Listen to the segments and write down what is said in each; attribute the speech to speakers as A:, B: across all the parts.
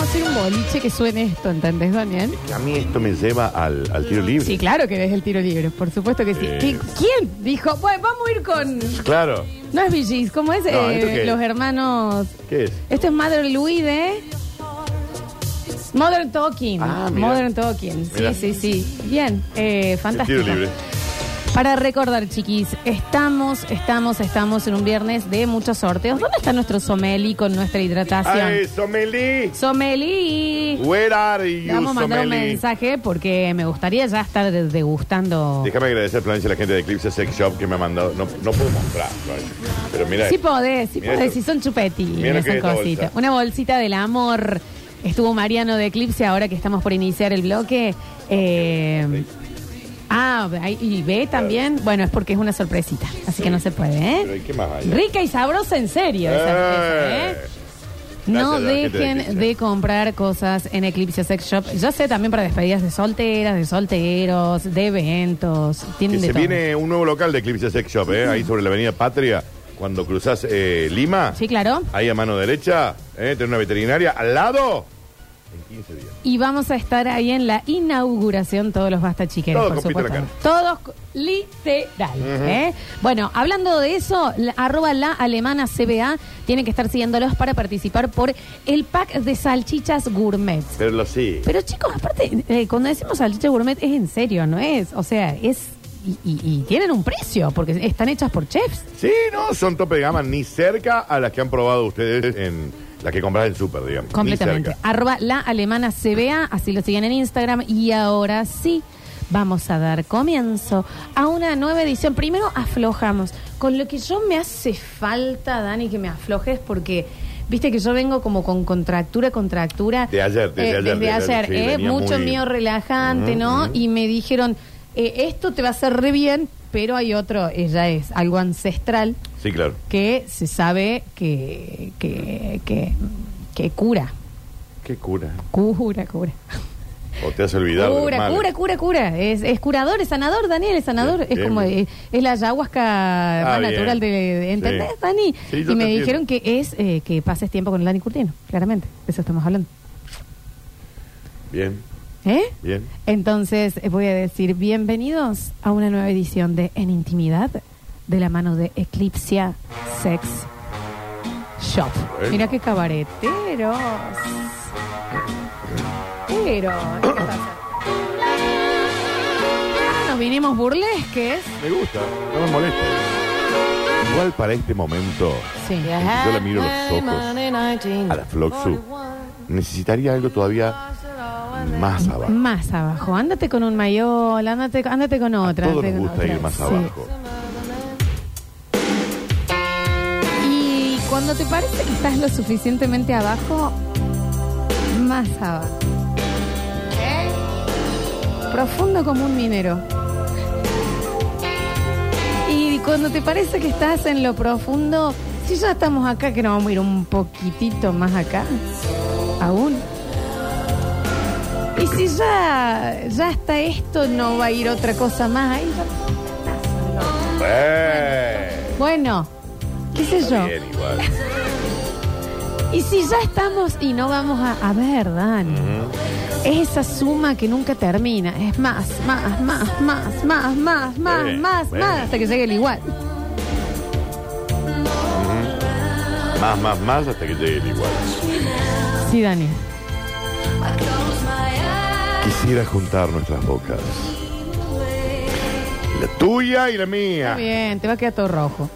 A: hacer un boliche que suene esto, ¿entendés, Daniel?
B: A mí esto me lleva al, al tiro libre.
A: Sí, claro que es el tiro libre, por supuesto que sí.
B: Eh.
A: ¿Qui- ¿Quién dijo? Bueno, vamos a ir con.
B: Claro.
A: No es VGs, ¿cómo es?
B: No,
A: Eh,
B: ¿esto qué es?
A: los hermanos.
B: ¿Qué es?
A: Esto es Mother Louis de. Modern Talking.
B: Ah, mira.
A: Modern Talking. Sí,
B: Mira.
A: sí, sí. Bien, eh,
B: El
A: fantástico.
B: tiro libre.
A: Para recordar, chiquis, estamos, estamos, estamos en un viernes de muchos sorteos. ¿Dónde está nuestro Someli con nuestra hidratación?
B: ¡Ay, Someli!
A: Someli.
B: Where are you,
A: Le Vamos a mandar un
B: Uh, Someli?
A: mensaje porque me gustaría ya estar degustando.
B: Déjame agradecer, Florencia, a la gente de Eclipse Sex Shop que me ha mandado. No, no puedo mostrar, Florencia. Pero mira.
A: Sí podés, sí
B: Mira
A: podés,
B: eso.
A: si son
B: Mira lo
A: chupetines,
B: que
A: son
B: es la
A: cositas.
B: bolsa.
A: Una bolsita del amor. Estuvo Mariano de Eclipse ahora que estamos por iniciar el bloque. Eh, ah, ahí- y B también. Bueno, es porque es una sorpresita, así que no se puede,
B: Pero, ¿y
A: ¿eh?
B: ¿Qué más hay?
A: Rica y sabrosa, en serio. esa cerveza, ¿eh?
B: Eh.
A: No
B: Gracias a la gente de
A: dejen
B: Eclipse.
A: de comprar cosas en Eclipse Sex Shop. Yo sé también para despedidas de solteras, de solteros, de eventos.
B: Que
A: Tienen de
B: se
A: todo.
B: viene un nuevo local de Eclipse Sex Shop, ¿eh? ahí sobre la avenida Patria, cuando cruzas eh, Lima,
A: Sí, claro.
B: ahí a mano derecha, ¿eh? tenés una veterinaria al lado, en 15 días.
A: Y vamos a estar ahí en la inauguración todos los basta chiqueros, por
B: Todos con pito en la
A: supuesto. Todos co- literal. ¿eh? Bueno, hablando de eso, la- arroba la alemana CBA, tienen que estar siguiéndolos para participar por el pack de salchichas gourmet.
B: Pero lo sí.
A: Pero chicos, aparte, eh, cuando decimos salchicha gourmet es en serio, ¿no es? O sea, es... Y, y- y tienen un precio, porque están hechas por chefs.
B: Sí, no, son tope de gama, ni cerca a las que han probado ustedes en las que compras en Super, digamos. Ni
A: Completamente.
B: cerca.
A: Arroba la alemana CBA, así lo siguen en Instagram. Y ahora sí, vamos a dar comienzo a una nueva edición. Primero aflojamos. Con lo que yo me hace falta, Dani, que me aflojes, porque viste que yo vengo como con contractura, contractura.
B: De ayer, desde
A: Eh,
B: ayer,
A: Desde
B: desde ayer,
A: ayer,
B: sí,
A: ¿eh?
B: venía
A: Mucho
B: muy-
A: mío relajante,
B: Ujú,
A: ¿no?
B: ujú.
A: Y me dijeron, eh, esto te va a hacer re bien, pero hay otro, ella es algo ancestral
B: Sí, claro.
A: que se sabe que, que, que, que cura.
B: Qué cura.
A: Cura, cura.
B: O te has olvidado. de los
A: Cura,
B: males.
A: cura, cura, cura. Es, es curador, es sanador, Daniel, es sanador.
B: Bien,
A: es
B: bien,
A: como
B: bien.
A: eh, es la ayahuasca
B: Ah,
A: más
B: bien.
A: natural de, de- ¿Entendés,
B: Sí.
A: Dani?
B: Sí, yo
A: y
B: te
A: me
B: entiendo.
A: dijeron que es eh, que pases tiempo con el Dani Curtino, claramente. De eso estamos hablando.
B: Bien,
A: ¿Eh?
B: bien.
A: Entonces eh, voy a decir bienvenidos a una nueva edición de En Intimidad de la mano de Eclipsia Sex Shop.
B: Bueno.
A: Mira qué cabareteros. Pero, ¿qué pasa? Ah, Nos vinimos burlesques.
B: Me gusta, no me molesta. Igual para este momento,
A: Sí.
B: yo la miro los ojos. a la Floxu, necesitaría algo todavía más abajo.
A: Más abajo. Ándate con un mayol, ándate, ándate con otra.
B: Todo
A: ándate
B: nos
A: con
B: gusta
A: otra.
B: ir más
A: Sí.
B: abajo.
A: Y cuando te parece que estás lo suficientemente abajo, más abajo. Profundo como un minero. Y cuando te parece que estás en lo profundo, si ya estamos acá, que nos vamos a ir un poquitito más acá, aún. Y si ya, ya está esto, no va a ir otra cosa más ahí. ya-
B: ¡Eh!
A: Bueno, qué sé yo.
B: Bien, igual.
A: Y si ya estamos y no vamos a, a ver, Dan,
B: ¿Mm?
A: es esa suma que nunca termina. Es más, más, más, más, más, más, más,
B: Bien,
A: más,
B: bien.
A: más, hasta que llegue el igual.
B: Más, más, más hasta que llegue el igual.
A: Sí, Dani.
B: Quisiera juntar nuestras bocas. La tuya y la mía.
A: Está bien, te va a quedar todo rojo.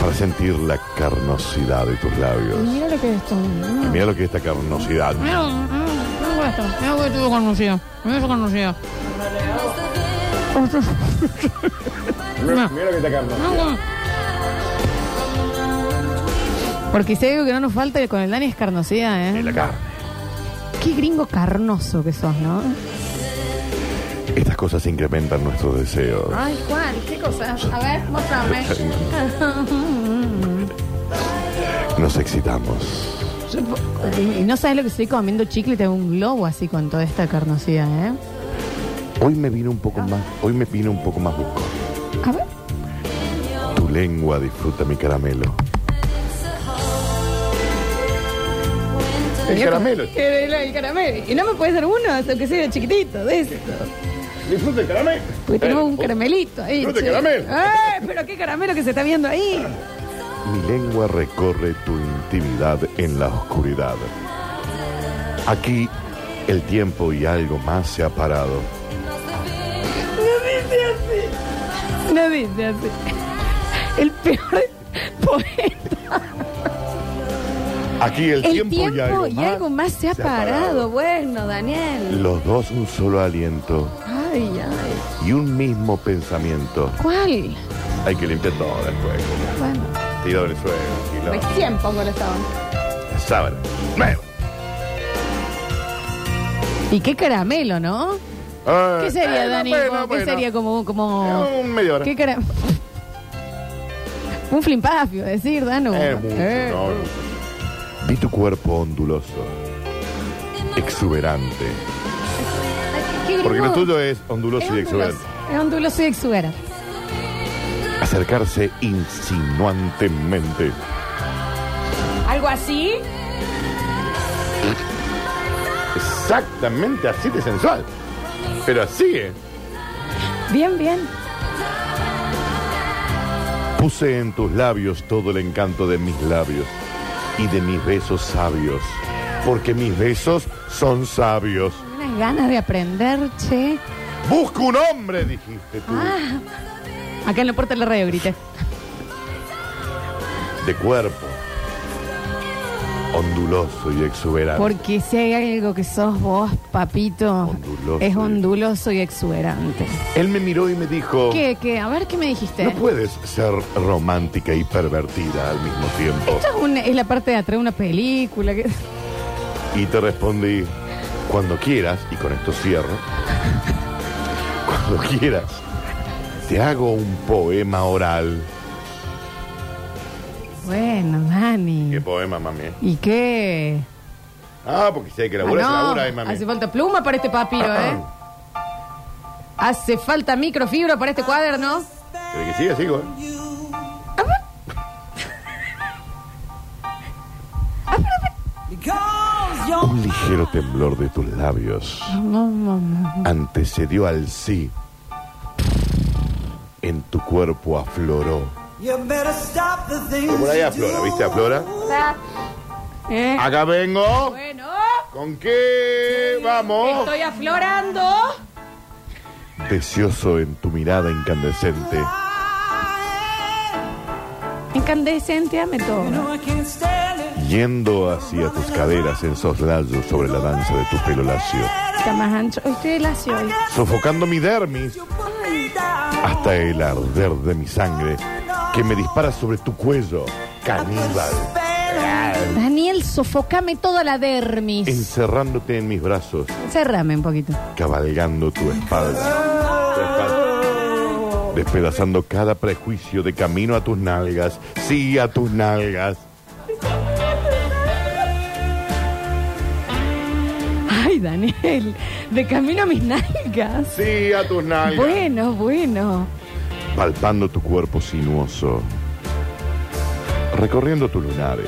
B: Para sentir la carnosidad de tus labios.
A: Mira lo que es esto.
B: Y mira lo que es esta carnosidad.
A: Mira, mira, mira esto. Mira lo que tuvo conocido. Mira eso conocido.
B: Mira, mira lo que está carnosidad.
A: Porque si hay algo que no nos falta con el Dani es carnosidad,
B: Y
A: ¿eh?
B: la carne.
A: Qué gringo carnoso que sos, ¿no?
B: Estas cosas incrementan nuestros deseos.
A: Ay, Juan, qué cosa. A ver, mostrame.
B: Nos excitamos.
A: Yo po- y- y no sabes lo que estoy comiendo chicle, tengo un globo así con toda esta carnosidad, ¿eh?
B: Hoy me vino un poco más. Hoy me vino un poco más buscón.
A: A ver.
B: Tu lengua disfruta mi caramelo. El caramelo.
A: El, el caramelo. Y no me puedes dar uno, aunque sea chiquitito, de eso.
B: Disfruta el caramelo.
A: Porque tenemos
B: Eh,
A: un
B: oh,
A: caramelito ahí.
B: Disfruta el
A: che.
B: caramelo.
A: ¡Eh! Pero qué caramelo que se está viendo ahí.
B: Mi lengua recorre tu intimidad en la oscuridad. Aquí el tiempo y algo más se ha parado.
A: No dice así. El peor poeta.
B: Aquí el,
A: El
B: tiempo, y algo, más,
A: se ha parado. Bueno, Daniel.
B: Los dos un solo aliento
A: Ay, ay.
B: y un mismo pensamiento.
A: ¿Cuál?
B: Hay que limpiar todo después.
A: Bueno,
B: Tiro en el suelo, tiro
A: recién pongo el estado.
B: la sábana. Nuevo.
A: Y qué caramelo, ¿no?
B: Ah,
A: ¿Qué sería,
B: bueno,
A: Dani?
B: bueno,
A: ¿Qué
B: bueno.
A: sería como... como...
B: Eh, Un media hora.
A: ¿Qué cara... Un flimpafio, decir, Danu.
B: Eh, mucho,
A: Eh.
B: no, no. Vi tu cuerpo onduloso, exuberante.
A: Ay, qué
B: Porque lo
A: hermoso.
B: tuyo es onduloso
A: Es
B: y
A: onduloso,
B: exuberante.
A: Es onduloso y exuberante.
B: Acercarse insinuantemente.
A: ¿Algo así?
B: Exactamente así de sensual. Pero así ¿eh? es.
A: Bien, bien.
B: Puse en tus labios todo el encanto de mis labios y de mis besos sabios. Porque mis besos son sabios.
A: Unas ganas de aprender, che.
B: Busco un hombre, dijiste tú.
A: Ah. Acá en la puerta le radio grité.
B: De cuerpo. Onduloso y exuberante.
A: Porque si hay algo que sos vos, papito,
B: Onduloso. eh.
A: es onduloso y exuberante.
B: Él me miró y me dijo.
A: ¿Qué, qué? A ver, ¿qué me dijiste?
B: Oh. No puedes ser romántica y pervertida al mismo tiempo.
A: Esto es, un- es la parte de atrás de una película. Que...
B: Y te respondí, cuando quieras, y con esto cierro, cuando quieras, te hago un poema oral.
A: Bueno, Dani.
B: ¿Qué poema, mami?
A: ¿Y qué?
B: Ah, porque si hay que laburar,
A: Ah,
B: se
A: no.
B: labura, eh, mami. Ah.
A: Hace falta pluma para este papiro, ¿eh? Hace falta microfibra para este cuaderno.
B: ¿Querés que siga? Sigo, eh. Un ligero temblor de tus labios
A: No, no, no.
B: antecedió al sí. En tu cuerpo afloró. Pero por ahí aflora, ¿viste? Aflora.
A: ¿Eh?
B: Acá vengo.
A: Bueno,
B: ¿Con qué vamos?
A: estoy aflorando.
B: Deseoso en tu mirada incandescente.
A: Incandescente, ame todo.
B: Yendo hacia tus caderas en soslayos sobre la danza de tu pelo lacio.
A: Está más ancho. Hoy estoy lacio hoy.
B: Sofocando mi dermis hasta el arder de mi sangre que me dispara sobre tu cuello, caníbal.
A: Daniel, sofocame toda la dermis.
B: Encerrándote en mis brazos,
A: Cerrame un poquito.
B: cabalgando tu espalda. Tu espalda. Despedazando cada prejuicio de camino a tus nalgas. Sí, a tus nalgas.
A: Ay, Daniel, de camino a mis nalgas.
B: Sí, a tus nalgas.
A: Bueno, bueno.
B: palpando tu cuerpo sinuoso, recorriendo tus lunares.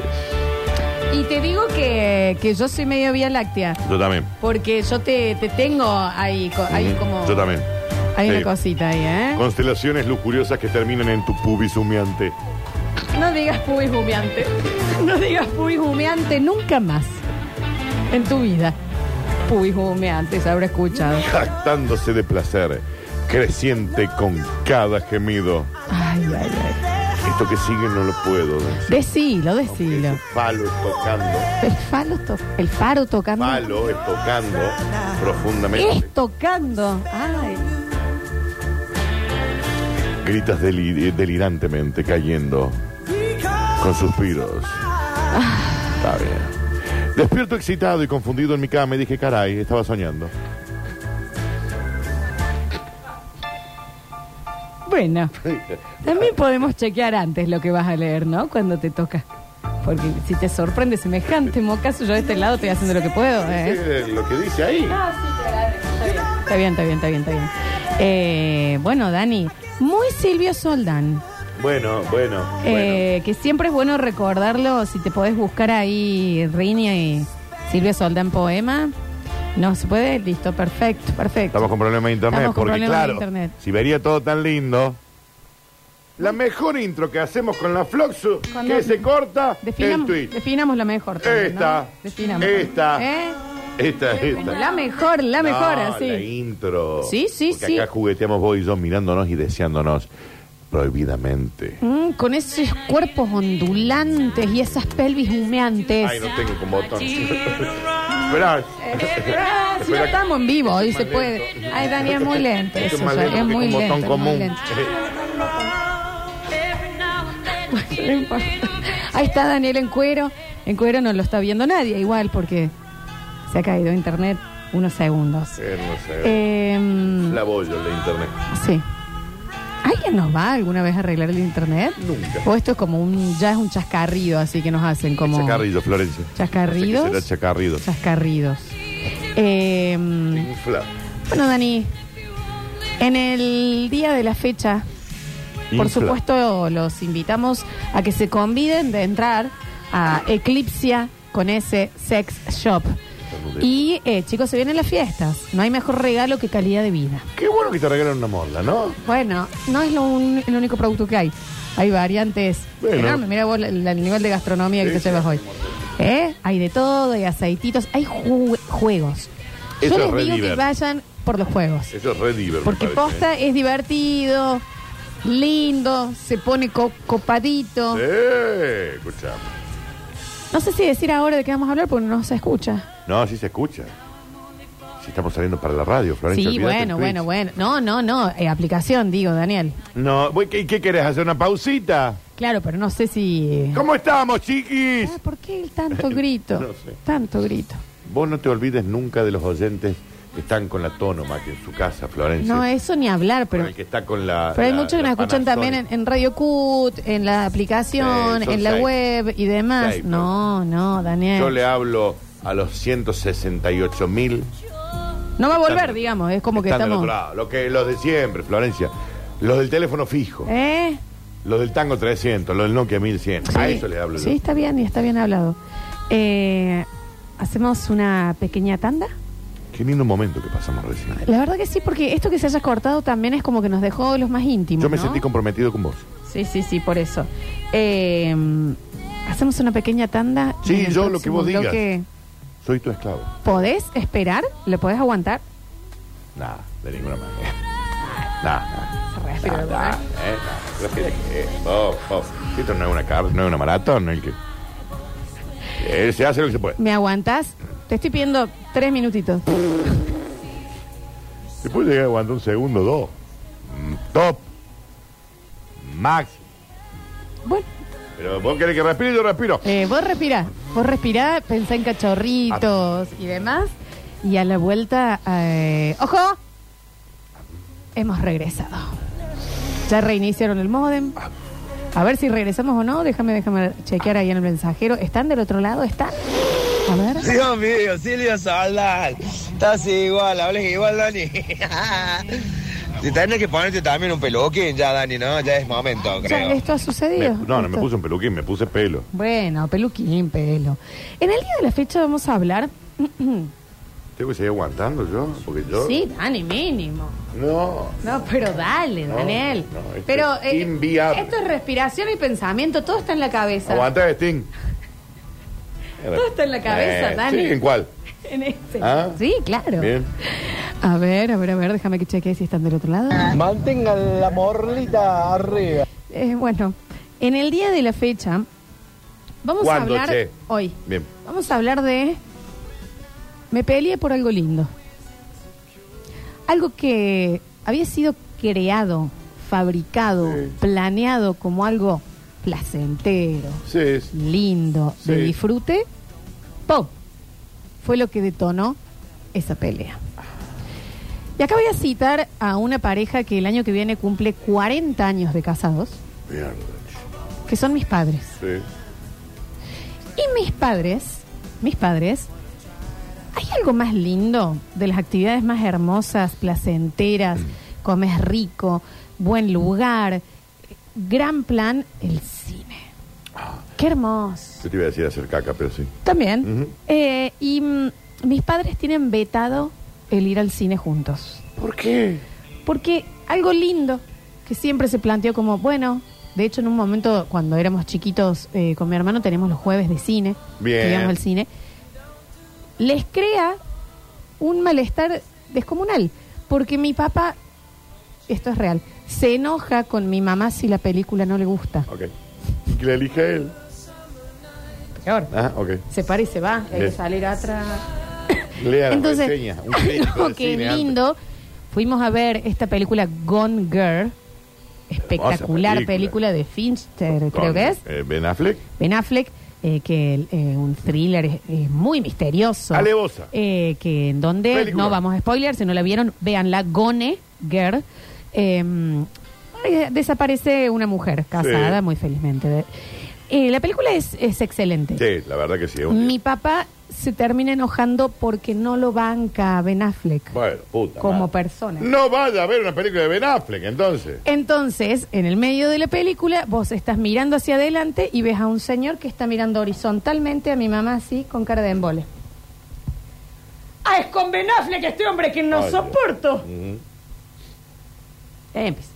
A: Y te digo que, que yo soy medio vía láctea.
B: Yo también.
A: Porque yo te, te tengo ahí, co- ahí
B: Mm,
A: como.
B: Yo también.
A: Hay
B: Sí.
A: una cosita ahí, ¿eh?
B: Constelaciones lujuriosas que terminan en tu pubis humeante.
A: No digas pubis humeante. No digas pubis humeante nunca más. En tu vida. Pubis humeante, se habrá escuchado.
B: Jactándose de placer, creciente con cada gemido.
A: Ay, ay, ay.
B: Esto que sigue no lo puedo decir.
A: Decilo, decilo.
B: Ese Falo es tocando.
A: El, falo to- el faro tocando.
B: Falo es tocando profundamente.
A: Es tocando. Ay.
B: Gritas deli- eh, delirantemente cayendo con suspiros. Está bien. Despierto excitado y confundido en mi cama y dije, caray, estaba soñando.
A: Bueno, también podemos chequear antes lo que vas a leer, ¿no? Cuando te toca. Porque si te sorprende semejante mocaso, yo de este lado estoy haciendo lo que puedo, ¿eh?
B: Eh, Lo que dice ahí.
A: Está bien, está bien, está bien, está bien. Eh, bueno, Dani, muy Silvio Soldán,
B: Bueno, bueno, bueno.
A: eh, que siempre es bueno recordarlo, si te podés buscar ahí, Rini, y Silvia Solda en poema. No se puede, listo, perfecto, perfecto.
B: Estamos con problemas de internet,
A: Estamos con
B: porque
A: problemas de
B: claro,
A: internet.
B: si vería todo tan lindo. La mejor intro que hacemos con la Floxu,
A: Cuando-
B: que se corta, el
A: Definamos,
B: tweet.
A: definamos lo mejor. también, ¿no?
B: Esta,
A: Definamos.
B: esta,
A: ¿Eh?
B: esta, esta.
A: La mejor, la mejor,
B: No,
A: así.
B: La intro.
A: Sí, sí,
B: Porque
A: sí.
B: Acá jugueteamos vos y yo mirándonos y deseándonos prohibidamente.
A: Mm, con esos cuerpos ondulantes y esas pelvis humeantes.
B: Ay, no tengo con botón. Verás.
A: Ah, si no estamos en vivo, hoy se puede. Ay, Dani, es muy lento.
B: Es
A: eso
B: más
A: ya,
B: lento
A: es
B: que
A: muy
B: un botón
A: lento. es muy
B: común.
A: lento. No
C: Every
A: importa. Ahí está Daniel en cuero. En cuero no lo está viendo nadie, igual, porque se ha caído internet unos segundos.
B: Eh, no sé.
A: Eh,
B: La bollo de internet.
A: sí. ¿Alguien nos va alguna vez a arreglar el internet?
B: Nunca.
A: O esto es como un. ya es un chascarrido, así que nos hacen como.
B: Chacarrillo, Florencia.
A: Chacarridos.
B: No sé qué será chacarrido.
A: Chascarridos. Eh,
B: Infla.
A: bueno, Dani, en el día de la fecha, por
B: Infla.
A: supuesto, los invitamos a que se conviden de entrar a Eclipsia con ese sex shop. Y eh, chicos, se vienen las fiestas. No hay mejor regalo que calidad de vida.
B: Qué bueno que te regalan una morla, ¿no?
A: Bueno, no es lo un- el único producto que hay. Hay variantes
B: Bueno.
A: enormes. Mira vos la- la- el nivel de gastronomía que
B: Sí,
A: te llevas
B: sí.
A: hoy. ¿Eh? Hay de todo, hay aceititos, hay ju- juegos.
B: Eso es
A: Yo
B: re
A: les digo que
B: divertido.
A: vayan por los juegos.
B: Eso es re divertido.
A: Porque
B: me parece,
A: posta es divertido, lindo, se pone co- copadito.
B: ¿eh? Sí, escuchamos.
A: No sé si decir ahora de qué vamos a hablar porque no se escucha.
B: No, sí se escucha. Sí estamos saliendo para la radio, Florencia.
A: sí,
B: olvídate
A: bueno,
B: el
A: bueno,
B: Twitch.
A: bueno. No, no, no. eh, aplicación, digo, Daniel.
B: No, ¿y qué, qué querés? ¿Hacer una pausita?
A: Claro, pero no sé si.
B: ¿Cómo estamos, chiquis?
A: Ah, ¿Por qué el tanto grito?
B: No sé.
A: Tanto grito.
B: Vos no te olvides nunca de los oyentes que están con la tónoma que en su casa, Florencia.
A: No, eso ni hablar,
B: Con
A: pero,
B: el que está con la.
A: pero hay
B: la-
A: muchos que
B: la
A: nos escuchan
B: Panasonic.
A: también en, en Radio Cut, en la aplicación,
B: Sí, son
A: en la
B: safe.
A: web y demás.
B: Safe,
A: no, no, Daniel.
B: Yo le hablo a los 168 mil.
A: No va a volver, digamos, es como que estamos...
B: Lo que, los de siempre, Florencia. Los del teléfono fijo.
A: ¿Eh?
B: Los del Tango 300. Los del Nokia 1100. A
A: Sí.
B: eso le hablo
A: Sí, está bien, y está bien hablado. Eh, ¿Hacemos una pequeña tanda?
B: yo. Qué lindo momento que pasamos recién.
A: La verdad que sí, porque esto que se haya cortado también es como que nos dejó los más íntimos,
B: Yo me
A: ¿no?
B: sentí comprometido con vos.
A: Sí, sí, sí, por eso. Eh, hacemos una pequeña tanda.
B: Sí,
A: en el
B: yo, lo que
A: próximo
B: vos digas.
A: bloque.
B: Soy tu esclavo.
A: ¿Podés esperar? ¿Lo podés aguantar?
B: Nada, de ninguna manera. Nada, nada.
A: Se respira,
B: Nada,
A: ¿verdad?
B: eh, nada. Lo que- eh, vos, vos. Esto no es una carrera, no es una maratón. El que... Él se hace lo que se puede.
A: ¿Me aguantás? Te estoy pidiendo tres minutitos.
B: Se puede llegar a aguantar un segundo, dos. Mm, Top. Max.
A: Bueno,
B: Pero vos querés que respire, yo respiro.
A: eh, vos respirá. Vos respirá, pensá en cachorritos y demás. Y a la vuelta, eh, ¡ojo! Hemos regresado. Ya reiniciaron el modem. A ver si regresamos o no. Déjame, déjame chequear ahí en el mensajero. ¿Están del otro lado? ¿Están? A ver.
D: Dios mío, Silvia Soldán. Estás igual, hablas igual, Dani. Te tenés que ponerte también un peluquín ya, Dani, ¿no? Ya es momento,
A: Ya,
D: creo.
A: esto ha
B: Me-
A: sucedido.
B: no, no me
A: Esto-
B: puse un peluquín, me puse pelo.
A: Bueno, peluquín, pelo. En el día de la fecha vamos a hablar.
B: Tengo que seguir aguantando yo, porque yo.
A: Sí, Dani, mínimo.
B: No.
A: No, pero dale,
B: No,
A: Daniel.
B: no, esto
A: pero eh,
B: es inviable.
A: esto es respiración y pensamiento, todo está en la cabeza.
B: Aguanta, Sting.
A: Todo está en la cabeza, Dani.
B: Sí, ¿en cuál?
A: En este.
B: Ah.
A: Sí, claro.
B: Bien.
A: A ver, a ver, a ver, déjame que chequee si están del otro lado.
D: Mantenga la morlita arriba.
A: Eh, bueno, en el día de la fecha vamos a
B: ¿Cuándo,
A: hablar
B: che?
A: hoy.
B: Bien.
A: Vamos a hablar de me peleé por algo lindo. Algo que había sido creado, fabricado,
B: Sí.
A: planeado como algo placentero,
B: Sí, sí.
A: lindo, de
B: Sí.
A: disfrute, ¡pum! Fue lo que detonó esa pelea. Y acá voy a citar a una pareja que el año que viene cumple 40 años de casados,
B: Mierda,
A: que son mis padres.
B: che. Sí.
A: Y mis padres, mis padres, ¿hay algo más lindo de las actividades más hermosas, placenteras? Comes rico, buen lugar, gran plan, el cine. Qué hermoso.
B: Yo te iba a decir hacer caca, pero sí.
A: También.
B: Ujú.
A: Eh, y mm, mis padres tienen vetado el ir al cine juntos.
B: ¿Por qué?
A: Porque algo lindo que siempre se planteó como, bueno, de hecho en un momento cuando éramos chiquitos eh, con mi hermano teníamos los jueves de cine,
B: Bien.
A: que íbamos al cine, les crea un malestar descomunal, porque mi papá, esto es real, se enoja con mi mamá si la película no le gusta.
B: Ok. Y que la elija él.
A: Peor.
B: Ah, ok.
A: Se para y se va, y hay que
B: Bien.
A: salir atrás.
B: Lea las
A: Entonces,
B: reseñas.
A: algo
B: Un crítico de
A: que
B: cine antes.
A: lindo. Fuimos a ver esta película Gone Girl, espectacular película.
B: película.
A: de Fincher,
B: Con,
A: creo que es.
B: eh, ben Affleck.
A: Ben Affleck, eh, que eh, un thriller eh, muy misterioso.
B: Alevosa.
A: Eh, que en donde
B: Película.
A: no vamos a spoiler, si no la vieron, véanla, Gone Girl. Eh, eh, desaparece una mujer casada,
B: Sí.
A: muy felizmente. De- Eh, la película es, es excelente.
B: Sí, la verdad que sí. es un-
A: Mi papá se termina enojando porque no lo banca a Ben Affleck
B: Bueno, puta.
A: como
B: madre.
A: persona.
B: No vaya a ver una película de Ben Affleck, entonces.
A: Entonces, en el medio de la película, vos estás mirando hacia adelante y ves a un señor que está mirando horizontalmente a mi mamá así, con cara de embole. ¡Ah, es con Ben Affleck este hombre que no
B: Ay,
A: soporto!
B: Ujú.
A: Y ahí empieza. Eh, pues,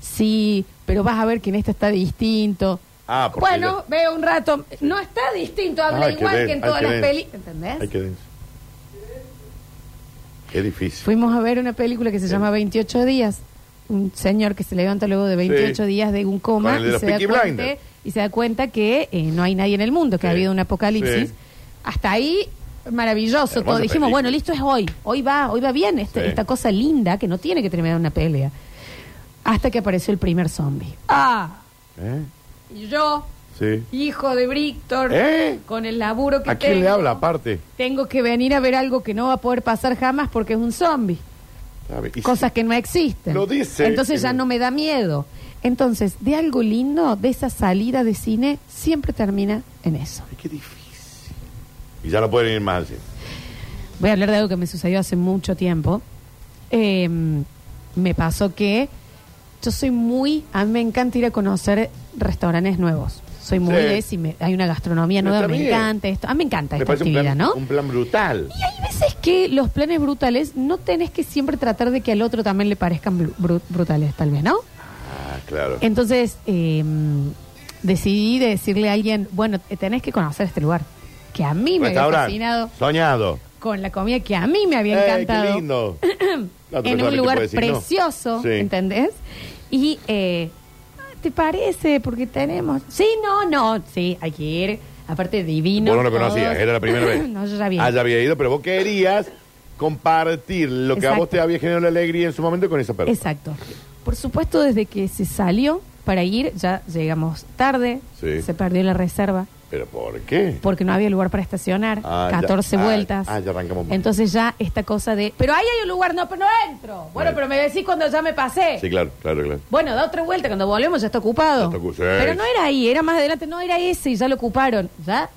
A: Sí, pero vas a ver que en esta está distinto.
B: Ah, porque
A: bueno, veo un rato. No está distinto, habla
B: Ay, qué
A: igual
B: denso,
A: que en
B: ay,
A: todas
B: qué
A: las
B: denso.
A: películas. ¿Entendés?
B: Ay, qué denso. Qué difícil.
A: Fuimos a ver una película que se llama 28 días. Un señor que se levanta luego de 28
B: Sí.
A: días de un coma
B: Con el de
A: y
B: los
A: se, da
B: Peaky
A: cuenta,
B: Blinders.
A: y se da cuenta que eh, no hay nadie en el mundo, que ha
B: Sí.
A: habido un apocalipsis.
B: Sí.
A: Hasta ahí, maravilloso.
B: Hermosa
A: Todo. Dijimos,
B: película.
A: bueno, listo, es hoy. Hoy va, hoy va bien este-
B: Sí.
A: esta cosa linda que no tiene que terminar en una pelea. Hasta que apareció el primer zombie. Ah,
B: ¿Eh?
A: y yo,
B: Sí.
A: hijo de Víctor,
B: ¿Eh?
A: con el laburo que
B: ¿A quién le
A: tengo,
B: habla aparte?
A: Tengo que venir a ver algo que no va a poder pasar jamás porque es un zombie
B: ¿Sabe? Y
A: cosas que no existen.
B: Lo dice.
A: Entonces ya
B: En-
A: no me da miedo. Entonces, de algo lindo, de esa salida de cine, siempre termina en eso.
B: Ay, qué difícil. Y ya no pueden ir más al cine.
A: Voy a hablar de algo que me sucedió hace mucho tiempo. Eh, me pasó que yo soy muy, a mí me encanta ir a conocer restaurantes nuevos. Soy muy
B: Sí.
A: de si me- hay una gastronomía
B: Pero
A: nueva,
B: está
A: me
B: bien.
A: encanta esto. A mí me encanta
B: Me
A: esta
B: parece un
A: actividad,
B: plan,
A: ¿no?
B: un plan brutal.
A: Y hay veces que los planes brutales no tenés que siempre tratar de que al otro también le parezcan bru- bru- brutales, tal vez, ¿no?
B: Ah, claro.
A: Entonces eh, decidí de decirle a alguien, bueno, eh, tenés que conocer este lugar, que a mí me había
B: Restaurante.
A: fascinado,
B: Soñado.
A: con la comida que a mí me había
B: Eh,
A: encantado,
B: qué lindo. La otra
A: en
B: persona
A: un
B: te
A: lugar
B: puede decir no.
A: precioso,
B: Sí.
A: ¿entendés? Y, eh, ah, ¿te parece? Porque tenemos... Sí, no, no, sí, hay que ir, aparte divino.
B: Vos no lo
A: todos.
B: conocías, era la primera vez.
A: no, yo ya había
B: Ah,
A: ido.
B: ya había ido, pero vos querías compartir lo que a
A: Exacto.
B: vos te había generado la alegría en su momento con esa persona.
A: Exacto. Por supuesto, desde que se salió para ir, ya llegamos tarde,
B: Sí.
A: se perdió la reserva.
B: ¿Pero por qué?
A: porque no había lugar para estacionar,
B: Ah, ya.
A: 14
B: Ah,
A: vueltas.
B: ah, ya arrancamos mal.
A: Entonces ya esta cosa de, pero ahí hay un lugar, no, pero no entro. Bueno,
B: Bueno.
A: pero me decís cuando ya me pasé.
B: Sí, claro, claro, claro.
A: Bueno, da otra vuelta, cuando volvemos ya está ocupado.
B: Ya está ocu- sí.
A: Pero no era ahí, era más adelante, no era ese y ya lo ocuparon. Ya,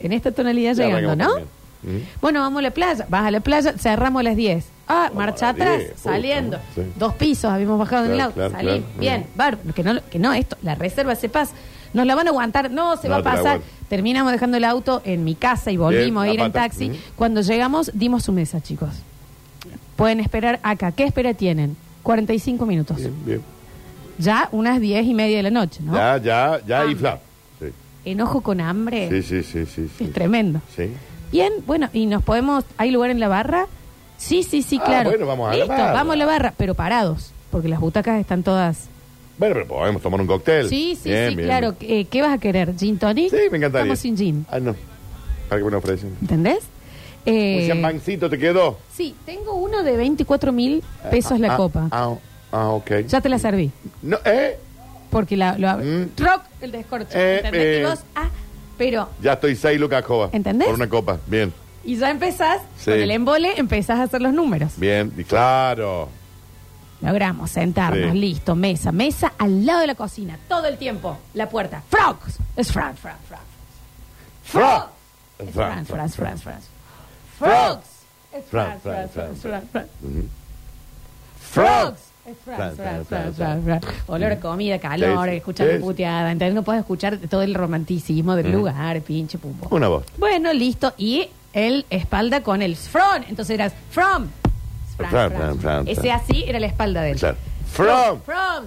A: en esta tonalidad
B: Ya
A: llegando, ¿no?
B: arrancamos también. ¿Mm?
A: Bueno, vamos a la playa, vas a la playa, cerramos a las 10. Ah,
B: Vamos
A: marcha
B: a las
A: atrás,
B: 10,
A: saliendo.
B: justo, sí.
A: Dos pisos habíamos bajado en el
B: Claro,
A: auto.
B: claro,
A: Salimos,
B: claro.
A: bien, bar, que no, que no, esto, la reserva se pasa. Nos la van a aguantar, no, se
B: No
A: va a
B: te la
A: pasar.
B: aguantan.
A: Terminamos dejando el auto en mi casa y volvimos
B: Bien,
A: a ir
B: a
A: en
B: pata.
A: taxi.
B: Mm.
A: Cuando llegamos, dimos su mesa, chicos. Pueden esperar acá. ¿Qué espera tienen? 45 minutos.
B: Bien, bien.
A: Ya unas 10 y media de la noche, ¿no? Ah.
B: Ya, ya, ya,
A: Hambre.
B: y flap. Sí.
A: Enojo con hambre.
B: Sí, sí, sí, sí. sí.
A: Es tremendo.
B: Sí.
A: Bien, bueno, ¿y nos podemos... ¿Hay lugar en la barra? Sí, sí, sí,
B: Ah,
A: claro.
B: bueno, vamos a la
A: Listo,
B: barra.
A: vamos a la barra, pero parados, porque las butacas están todas...
B: Bueno, pero podemos tomar un cóctel.
A: Sí, sí,
B: Bien,
A: sí,
B: bien.
A: claro. Eh, ¿Qué vas a querer? ¿Gin tonic?
B: Sí, me encantaría.
A: Vamos sin gin,
B: Ah, no. ¿Para qué me lo ofrecen?
A: ¿entendés? Eh,
B: Un champancito te quedó.
A: sí, tengo uno de 24 mil pesos la
B: Ah,
A: copa.
B: Ah, ah, ok.
A: Ya te la serví,
B: No, ¿eh?
A: porque la... Lo,
B: Mm.
A: Rock el descorche,
B: Eh,
A: ¿entendés? Y
B: eh.
A: vos, ah, pero...
B: Ya estoy seis lucas coba.
A: ¿Entendés?
B: Por una copa. Bien,
A: Y ya empezás,
B: Sí.
A: con el embole, empezás a hacer los números.
B: bien. Y claro.
A: Logramos sentarnos,
B: Sí.
A: listo, mesa, mesa al lado de la cocina, todo el tiempo, la puerta, frogs, es Frank, Frank, Frank,
B: Fra.
A: es
B: Fra-
A: Frank, Frank, Frank, Frank,
B: Frogs.
A: frogs, es Frank, Frank, Frank, Frank, Frank,
B: Ujú.
A: Frogs. Es
B: Fran,
A: Fran,
B: Fran,
A: Fran,
B: Fran,
A: Fran, Fran, Fran. Olor a comida, calor,
B: Sí,
A: escuchar la
B: sí.
A: puteada. Entonces no puedes escuchar todo el romanticismo del lugar, pinche pumbo.
B: Una voz.
A: Bueno, listo. Y el espalda con el front. Entonces eras from. Fran,
B: Fran,
A: Fran.
B: Fran, Fran,
A: Ese
B: Fran.
A: así era la espalda de él.
B: Claro. From.
A: From.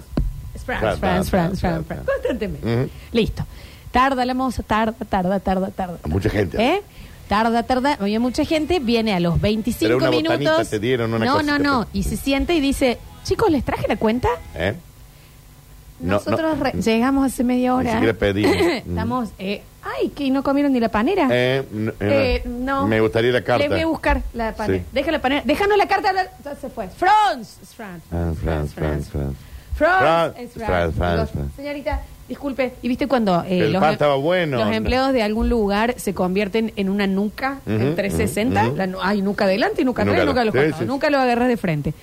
A: Es Fran,
B: Fran,
A: Fran, Fran,
B: Fran, Fran,
A: Fran,
B: Fran.
A: Fran. Constantemente.
B: Ujú.
A: Listo. Tarda la moza, tarda, tarda, tarda, tarda.
B: Mucha gente.
A: ¿Eh? Tarda, tarda. Había mucha gente. Viene a los 25
B: Era una botanita,
A: minutos.
B: te dieron una
A: no, no,
B: cosita,
A: no.
B: pero-
A: Y se siente y dice, chicos, ¿les traje la cuenta?
B: ¿Eh? No,
A: Nosotros
B: no.
A: re- llegamos hace media hora.
B: siquiera pedimos.
A: Estamos, eh, ay, que no comieron ni la panera.
B: Eh, n-
A: Eh, no.
B: Me gustaría la carta.
A: Les voy a buscar la panera.
B: Sí.
A: Deja la panera. Déjanos la carta. la- ya se fue. Franz. Es Franz.
B: Fran, Fran, Fran, Fran. Ah, Franz,
A: Franz. es
B: Franz,
A: Franz.
B: Franz,
A: Digo,
B: Franz.
A: Señorita, disculpe. ¿Y viste cuando eh,
B: El pan estaba bueno.
A: los
B: No.
A: empleados de algún lugar se convierten en una nuca
B: Ujú,
A: en 360?
B: ujú.
A: La nu- hay nuca adelante y nuca
B: Nuca
A: atrás y nuca a los
B: adelante.
A: costados.
B: Sí, sí,
A: Nunca lo agarras de frente.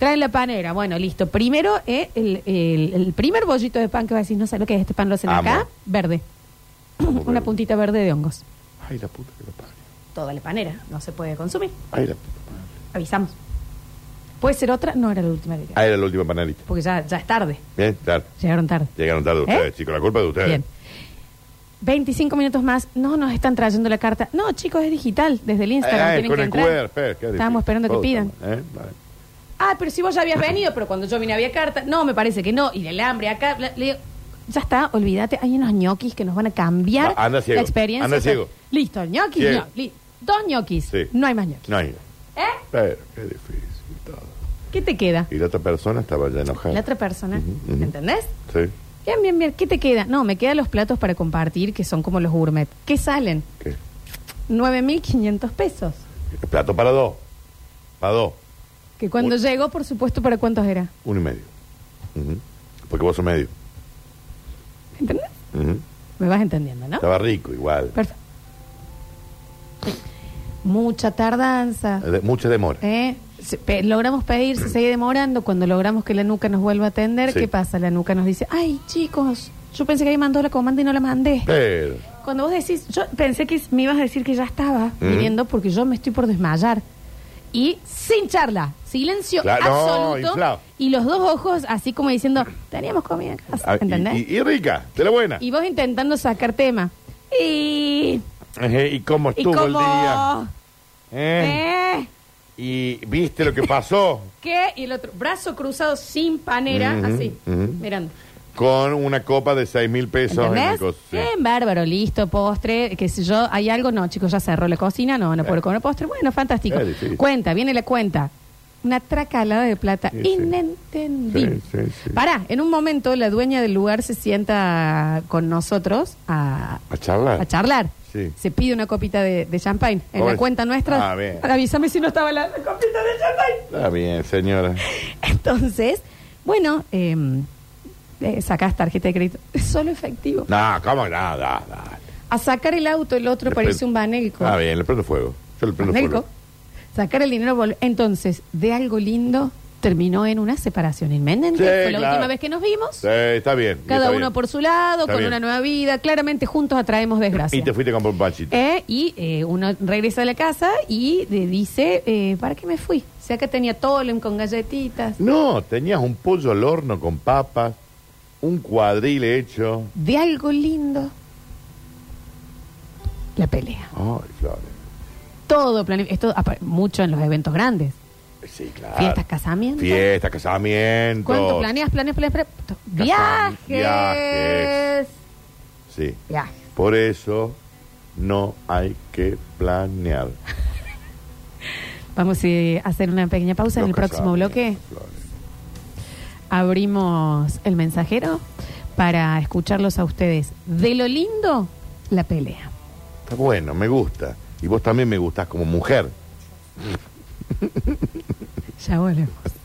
A: Traen la panera. Bueno, listo. Primero, eh, el, el- el primer bollito de pan que vas a decir, no sé lo que es este pan, lo hacen
B: Amo.
A: acá, verde.
B: Amo
A: Una
B: verde.
A: puntita verde de hongos.
B: Ay, la puta que lo parió.
A: Toda la panera, no se puede consumir.
B: Ay, la puta madre.
A: Avisamos. ¿Puede ser otra? No era la última que quedaba.
B: Ah, era la última panelita.
A: Porque ya, ya es tarde.
B: Bien, claro.
A: Llegaron tarde.
B: Llegaron tarde ustedes,
A: ¿Eh?
B: chicos. La culpa es de ustedes.
A: Bien. 25 minutos más. No nos están trayendo la carta. No, chicos, es digital. Desde el Instagram
B: Eh,
A: tienen
B: con
A: que
B: el
A: entrar.
B: QR, espera, qué difícil.
A: Estábamos esperando que
B: Todo
A: pidan.
B: está mal, ¿eh? Vale.
A: Ah, pero si vos ya habías venido, pero cuando yo vine había carta. No, me parece que no. Y el hambre acá. bla- le digo, ya está, olvídate. Hay unos ñoquis que nos van a cambiar
B: Va, anda ciego,
A: la experieña.
B: anda ciego.
A: Listo, ñoquis,
B: Ciego.
A: ño- li- dos ñoquis.
B: Sí.
A: No hay más ñoquis.
B: No hay.
A: ¿Eh?
B: Pero qué difícil todo.
A: ¿Qué te queda?
B: Y la otra persona estaba ya enojada.
A: La otra persona.
B: Oh. Ujú, ujú.
A: ¿Entendés?
B: Sí.
A: Bien, bien, bien. ¿Qué te queda? No, me quedan los platos para compartir que son como los gourmet. ¿Qué salen?
B: ¿Qué?
A: 9.500 pesos.
B: Plato para dos. Para dos.
A: Que cuando
B: Uy.
A: llegó, por supuesto, ¿para cuántos era?
B: Uno y medio. Ujú. Porque vos sos medio.
A: ¿Entendés?
B: Ujú.
A: Me vas entendiendo, ¿no?
B: Estaba rico igual.
A: Perfecto. Mucha tardanza.
B: Eh, de- Mucha demora.
A: ¿eh? Se- pe- logramos pedir, se sigue demorando. Cuando logramos que la nuca nos vuelva a atender,
B: Sí.
A: ¿qué pasa? La nuca nos dice, ay, chicos, yo pensé que ahí mandó la comanda y no la mandé.
B: Pero.
A: Cuando vos decís, yo pensé que me ibas a decir que ya estaba
B: Mm.
A: viniendo porque yo me estoy por desmayar. Y sin charla, silencio
B: Claro, no,
A: absoluto.
B: inflado.
A: y los dos ojos así como diciendo, teníamos comida en casa",
B: Ah, y-
A: ¿entendés?
B: Y, y rica, de la buena.
A: Y vos intentando sacar tema. Y,
B: Ajá, ¿Y cómo
A: y
B: estuvo el día?
A: como...
B: ¿Eh?
A: ¿eh?
B: ¿Y viste lo que pasó?
A: ¿Qué? Y el otro, brazo cruzado sin panera,
B: Ujú,
A: así,
B: ujú.
A: mirando.
B: Con una copa de seis mil pesos en el
A: ¿Entendés? Eh,
B: coso. Sí.
A: Bien, bárbaro, listo, postre, que si yo, hay algo, no, chicos, ya cerró la cocina, no, no puedo comer postre, bueno, fantástico.
B: Eh. Es difícil.
A: Cuenta, viene la cuenta. Una tracalada de plata,
B: Sí, sí.
A: inentendible.
B: Sí, sí, sí.
A: Pará, en un momento la dueña del lugar se sienta con nosotros a,
B: ¿A charlar?
A: a charlar.
B: Ah. Sí.
A: Se pide una copita de, de champagne en
B: Pobre-
A: la cuenta nuestra.
B: Ah, bien.
A: Avísame si no estaba la, la copita de champagne.
B: Está bien, señora.
A: Entonces, bueno, eh, eh, sacás tarjeta de crédito. Solo efectivo.
B: No, ¿cómo? Nada, nada.
A: A sacar el auto, el otro parece un banelco.
B: Está Ah, bien, le prendo fuego. Yo le prendo
A: Banelco.
B: fuego.
A: Sacar el dinero. vol- Entonces, de algo lindo terminó en una separación inminente.
B: Sí,
A: Fue la
B: claro.
A: última vez que nos vimos.
B: Sí, está bien.
A: Cada
B: está
A: uno
B: bien.
A: por su lado,
B: Está
A: con
B: bien.
A: una nueva vida. Claramente juntos atraemos desgracia.
B: Y te fuiste a comprar un panchito.
A: Eh, y eh, uno regresa a la casa y le dice, eh, ¿para qué me fui? O sea que tenía tolem con galletitas.
B: No, tenías un pollo al horno con papas, un cuadril hecho.
A: de algo lindo. La pelea.
B: Ay, Flores.
A: Todo planificado. Esto apa- mucho en los eventos grandes.
B: Sí, claro.
A: Fiestas, casamientos.
B: Fiestas, casamientos.
A: ¿Cuánto planeas, planeas, planeas, planeas? To-
B: Casam-
A: Viajes. Viajes.
B: Sí. Por eso no hay que planear.
A: Vamos eh, a hacer una pequeña pausa en el
B: Los
A: próximo bloque.
B: casamientos, Flores.
A: Abrimos el mensajero para escucharlos a ustedes. De lo lindo, la pelea.
B: Está bueno, me gusta. Y vos también me gustás como mujer.
A: Ya volvemos.